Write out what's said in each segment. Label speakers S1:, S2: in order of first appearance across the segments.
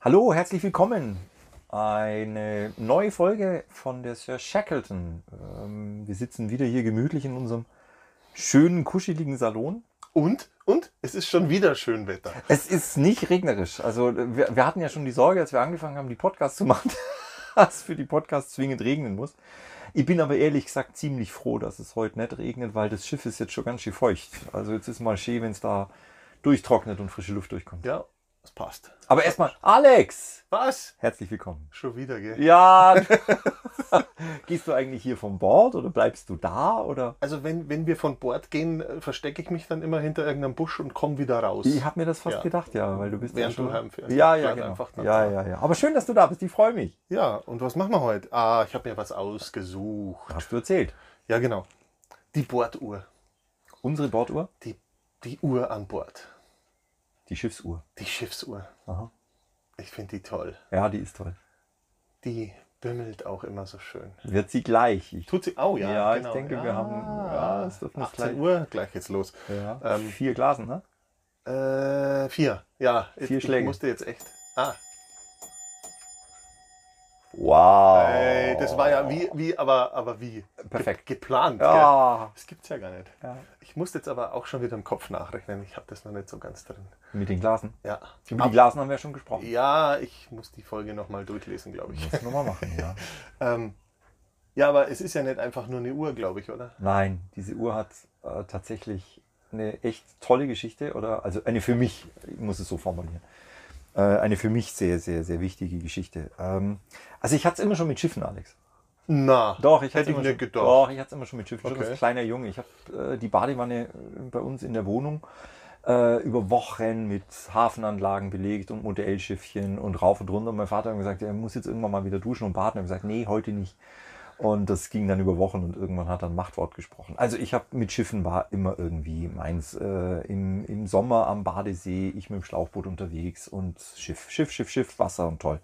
S1: Hallo, herzlich willkommen. Eine neue Folge von der Sir Shackleton. Ähm, Wir sitzen wieder hier gemütlich in unserem schönen, kuscheligen Salon.
S2: Und, und, es ist schon wieder schön Wetter.
S1: Es ist nicht regnerisch. Also wir, wir hatten ja schon die Sorge, als wir angefangen haben, die Podcasts zu machen, dass für die Podcasts zwingend regnen muss. Ich bin aber ehrlich gesagt ziemlich froh, dass es heute nicht regnet, weil das Schiff ist jetzt schon ganz schön feucht. Also jetzt ist mal schön, wenn es da durchtrocknet und frische Luft durchkommt.
S2: Ja, es passt.
S1: Aber erstmal, Alex,
S2: Was?
S1: herzlich willkommen.
S2: Schon wieder, gell?
S1: Ja. Gehst du eigentlich hier vom Bord oder bleibst du da oder?
S2: Also wenn, wenn wir von Bord gehen, äh, verstecke ich mich dann immer hinter irgendeinem Busch und komme wieder raus.
S1: Ich habe mir das fast
S2: Ja.
S1: gedacht, ja, weil du bist
S2: Während
S1: ja
S2: du heimfährst.
S1: Ja, ja,
S2: Bleib
S1: genau.
S2: einfach dann
S1: ja,
S2: da.
S1: ja, ja. Aber schön, dass du da bist. Ich freue mich.
S2: Ja, und was machen wir heute? Ah, ich habe mir was ausgesucht.
S1: Hast du erzählt?
S2: Ja, genau. Die Borduhr.
S1: Unsere Borduhr,
S2: Die, die Uhr an Bord.
S1: die Schiffsuhr.
S2: Die Schiffsuhr.
S1: Aha.
S2: Ich finde die toll.
S1: Ja, die ist toll.
S2: Die bimmelt auch immer so schön.
S1: Wird sie gleich. Ich,
S2: Tut sie? Oh ja,
S1: Ja, ich
S2: genau.
S1: denke, wir haben- ja, es dürfen wir
S2: 18
S1: gleich-
S2: Uhr, gleich geht's los.
S1: ja.
S2: Ähm,
S1: vier Glasen, ne?
S2: Äh, vier. Ja,
S1: Vier
S2: ich,
S1: Schläge.
S2: Ich musste jetzt echt. Ah,
S1: Wow.
S2: Ey, das war ja wie, wie aber, aber wie?
S1: Perfekt.
S2: Ge geplant. Gell?
S1: Ja.
S2: Das gibt's ja gar nicht.
S1: Ja.
S2: Ich muss jetzt aber auch schon wieder im Kopf nachrechnen. Ich habe das noch nicht so ganz drin.
S1: Mit den Glasen.
S2: Ja.
S1: Über die Glasen haben wir ja schon gesprochen.
S2: Ja, ich muss die Folge nochmal durchlesen, glaube ich.
S1: Muss nochmal machen, ja.
S2: Ähm, ja, aber es ist ja nicht einfach nur eine Uhr, glaube ich, oder?
S1: Nein, diese Uhr hat äh, tatsächlich eine echt tolle Geschichte oder also eine für mich, ich muss es so formulieren, äh, eine für mich sehr, sehr, sehr wichtige Geschichte. Ähm, also ich hatte es immer schon mit Schiffen, Alex.
S2: Na,
S1: Doch, ich
S2: hätte ich
S1: immer
S2: nicht
S1: schon,
S2: gedacht.
S1: Doch, ich hatte es immer schon mit Schiffen. Schon
S2: Okay.
S1: als kleiner Junge. Ich habe äh, die Badewanne äh, bei uns in der Wohnung äh, über Wochen mit Hafenanlagen belegt und Modellschiffchen und rauf und runter. Und mein Vater hat gesagt, er muss jetzt irgendwann mal wieder duschen und baden. Und ich hab gesagt, nee, heute nicht. Und das ging dann über Wochen und irgendwann hat er ein Machtwort gesprochen. Also ich habe mit Schiffen war immer irgendwie meins. Äh, im, Im Sommer am Badesee, ich mit dem Schlauchboot unterwegs und Schiff, Schiff, Schiff, Schiff, Wasser und toll.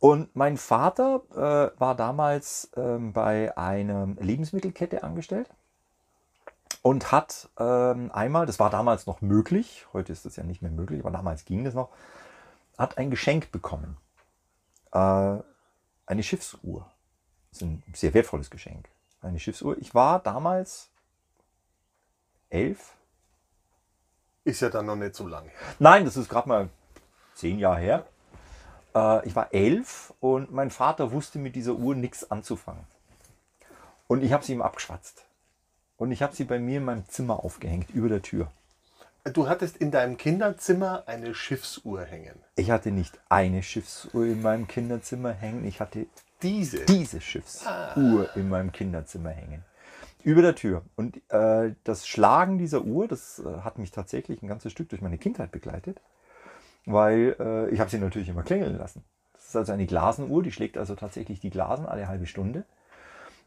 S1: Und mein Vater äh, war damals ähm, bei einer Lebensmittelkette angestellt und hat ähm, einmal, das war damals noch möglich, heute ist das ja nicht mehr möglich, aber damals ging das noch, hat ein Geschenk bekommen. Äh, eine Schiffsuhr. Das ist ein sehr wertvolles Geschenk. Eine Schiffsuhr. Ich war damals elf.
S2: Ist ja dann noch nicht so lange.
S1: Nein, das ist gerade mal zehn Jahre her. Äh, ich war elf und mein Vater wusste mit dieser Uhr nichts anzufangen. Und ich habe sie ihm abgeschwatzt. Und ich habe sie bei mir in meinem Zimmer aufgehängt, über der Tür.
S2: Du hattest in deinem Kinderzimmer eine Schiffsuhr hängen.
S1: Ich hatte nicht eine Schiffsuhr in meinem Kinderzimmer hängen, ich hatte
S2: Diese.
S1: diese Schiffsuhr in meinem Kinderzimmer hängen. Über der Tür. Und äh, das Schlagen dieser Uhr, das äh, hat mich tatsächlich ein ganzes Stück durch meine Kindheit begleitet, weil äh, ich habe sie natürlich immer klingeln lassen. Das ist also eine Glasenuhr, die schlägt also tatsächlich die Glasen alle halbe Stunde.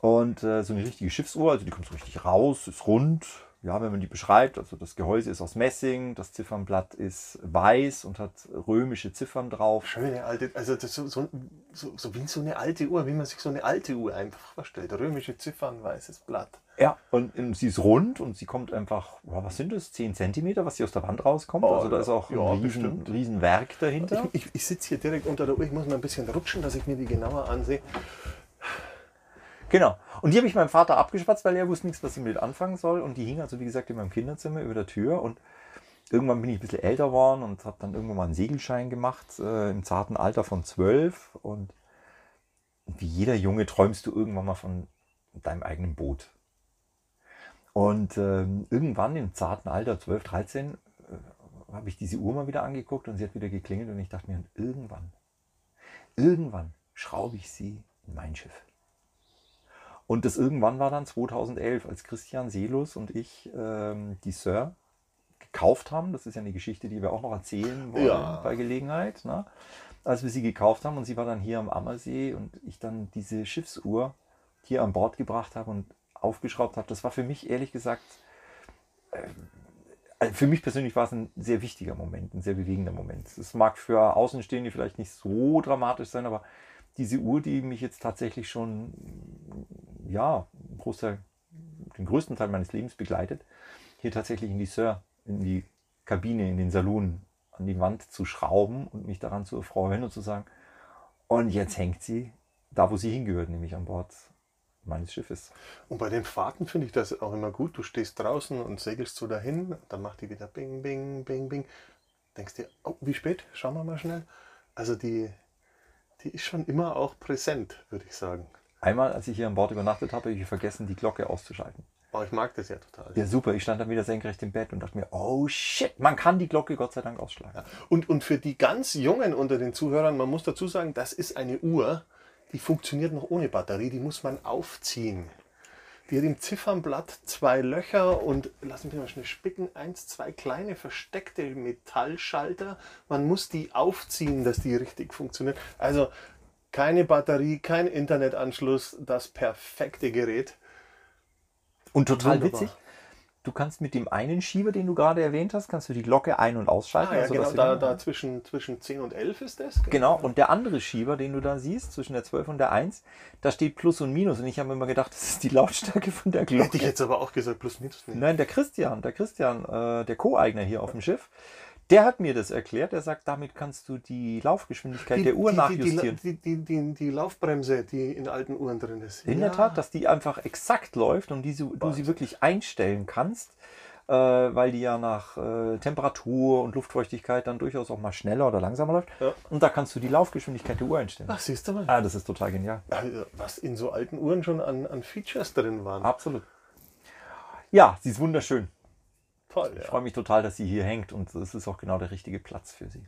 S1: Und äh, so eine richtige Schiffsuhr, also die kommt so richtig raus, ist rund. Ja, wenn man die beschreibt, also das Gehäuse ist aus Messing, das Ziffernblatt ist weiß und hat römische Ziffern drauf.
S2: Schöne alte, also das so, so, so, so wie so eine alte Uhr, wie man sich so eine alte Uhr einfach vorstellt. Römische Ziffern, weißes Blatt.
S1: Ja, und, ähm, sie ist rund und sie kommt einfach, boah, was sind das, 10 Zentimeter, was sie aus der Wand rauskommt?
S2: Oh,
S1: also da
S2: ja.
S1: ist auch
S2: Ja,
S1: ein riesen,
S2: bestimmt.
S1: Riesenwerk dahinter.
S2: Ich, ich, ich sitze hier direkt unter der Uhr, ich muss mal ein bisschen rutschen, dass ich mir die genauer ansehe.
S1: Genau. Und die habe ich meinem Vater abgeschwatzt, weil er wusste nichts, was ich mit anfangen soll. Und die hing also, wie gesagt, in meinem Kinderzimmer über der Tür. Und irgendwann bin ich ein bisschen älter geworden und habe dann irgendwann mal einen Segelschein gemacht, äh, im zarten Alter von zwölf. Und wie jeder Junge träumst du irgendwann mal von deinem eigenen Boot. Und ähm, irgendwann im zarten Alter, 12, 13, äh, habe ich diese Uhr mal wieder angeguckt und sie hat wieder geklingelt und ich dachte mir, und irgendwann, irgendwann schraube ich sie in mein Schiff. Und das irgendwann war dann 2011, als Christian Seelos und ich ähm, die Sir gekauft haben, das ist ja eine Geschichte, die wir auch noch erzählen wollen
S2: Ja.
S1: bei Gelegenheit, ne? als wir sie gekauft haben und sie war dann hier am Ammersee und ich dann diese Schiffsuhr hier an Bord gebracht habe und aufgeschraubt habe, das war für mich ehrlich gesagt, ähm, also für mich persönlich war es ein sehr wichtiger Moment, ein sehr bewegender Moment. Es mag für Außenstehende vielleicht nicht so dramatisch sein, aber diese Uhr, die mich jetzt tatsächlich schon, ja, ein Großteil, den größten Teil meines Lebens begleitet, hier tatsächlich in die Sir, in die Kabine, in den Salon, an die Wand zu schrauben und mich daran zu erfreuen und zu sagen, und jetzt hängt sie da, wo sie hingehört, nämlich an Bord meines Schiffes.
S2: Und bei den Fahrten finde ich das auch immer gut. Du stehst draußen und segelst so dahin, dann macht die wieder bing, bing, bing, bing. Denkst dir, oh, wie spät? Schauen wir mal schnell. Also die, die ist schon immer auch präsent, würde ich sagen.
S1: Einmal, als ich hier an Bord übernachtet habe, habe ich vergessen, die Glocke auszuschalten.
S2: Aber ich mag das ja total.
S1: Ja, super. Ich stand dann wieder senkrecht im Bett und dachte mir, oh shit, man kann die Glocke Gott sei Dank ausschlagen.
S2: Und, und für die ganz Jungen unter den Zuhörern, man muss dazu sagen, das ist eine Uhr, die funktioniert noch ohne Batterie, die muss man aufziehen. Die hat im Ziffernblatt zwei Löcher und lassen wir mal schnell spicken, eins, zwei kleine versteckte Metallschalter. Man muss die aufziehen, dass die richtig funktioniert. Also keine Batterie, kein Internetanschluss, das perfekte Gerät.
S1: Und total
S2: Wunderbar.
S1: witzig, du kannst mit dem einen Schieber, den du gerade erwähnt hast, kannst du die Glocke ein- und ausschalten.
S2: Ah, ja,
S1: also,
S2: genau,
S1: dass
S2: da,
S1: du-
S2: da zwischen, zwischen 10 und 11 ist das.
S1: Genau, und der andere Schieber, den du da siehst, zwischen der 12 und der 1, da steht Plus und Minus. Und ich habe immer gedacht, das ist die Lautstärke von der
S2: Hätte ich
S1: Glocke.
S2: jetzt aber auch gesagt, plus minus. Nee.
S1: Nein, der Christian, der Christian, äh, der Co-Eigner hier auf dem Schiff, der hat mir das erklärt. Er sagt, damit kannst du die Laufgeschwindigkeit der Uhr nachjustieren.
S2: Die, die, die, die Laufbremse, die in alten Uhren drin ist.
S1: in
S2: Ja.
S1: der Tat, dass die einfach exakt läuft und diese, du sie wirklich einstellen kannst, äh, weil die ja nach äh, Temperatur und Luftfeuchtigkeit dann durchaus auch mal schneller oder langsamer läuft.
S2: Ja.
S1: Und da kannst du die Laufgeschwindigkeit der Uhr einstellen.
S2: Ach, siehst du mal.
S1: Ah, das ist total genial.
S2: Also, was in so alten Uhren schon an, an Features drin waren.
S1: Absolut. Ja, sie ist wunderschön.
S2: Toll,
S1: Ich
S2: ja.
S1: freue mich total, dass sie hier hängt und es ist auch genau der richtige Platz für sie.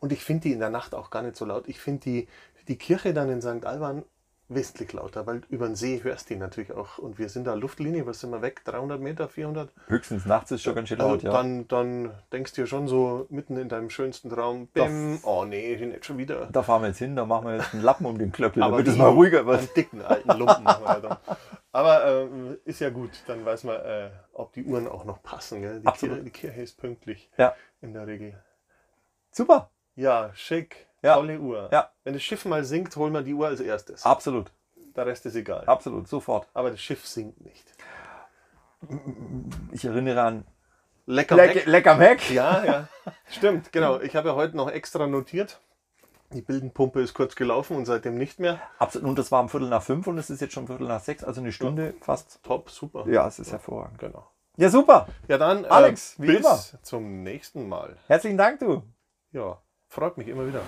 S2: Und ich finde die in der Nacht auch gar nicht so laut. Ich finde die, die Kirche dann in St. Alban wesentlich lauter, weil über den See hörst du die natürlich auch. Und wir sind da Luftlinie, was sind wir weg? 300 Meter, 400?
S1: Höchstens nachts ist schon ganz schön
S2: Also
S1: laut, ja.
S2: dann, dann denkst du ja schon so mitten in deinem schönsten Raum, bim, oh nee, nicht schon wieder.
S1: Da fahren wir jetzt hin, da machen wir jetzt einen Lappen um den Klöppel, damit
S2: die-
S1: es mal ruhiger wird.
S2: Einen dicken alten Lumpen. machen wir dann. Aber ähm, ist ja gut, dann weiß man, äh, ob die Uhren auch noch passen. Gell? Die,
S1: Absolut.
S2: Kirche, die Kirche ist pünktlich
S1: Ja.
S2: in der Regel.
S1: Super,
S2: Ja, schick.
S1: Ja.
S2: Tolle Uhr.
S1: Ja.
S2: Wenn das Schiff mal sinkt, holen wir die Uhr als erstes.
S1: absolut,
S2: Der Rest ist egal.
S1: absolut, sofort.
S2: Aber das Schiff sinkt nicht.
S1: Ich erinnere an
S2: Lecker
S1: Leck,
S2: weg.
S1: Lecker Mac.
S2: Ja, ja. Stimmt, genau. Ich habe ja heute noch extra notiert. Die Bildenpumpe ist kurz gelaufen und seitdem nicht mehr.
S1: Absolut, und das war um Viertel nach fünf und es ist jetzt schon Viertel nach sechs, also eine Stunde fast.
S2: Top, super.
S1: Ja, es ist hervorragend.
S2: Genau.
S1: Ja, super.
S2: Ja, dann äh,
S1: Alex, wie
S2: bis
S1: immer.
S2: zum nächsten Mal.
S1: Herzlichen Dank, du.
S2: Ja, freut mich immer wieder.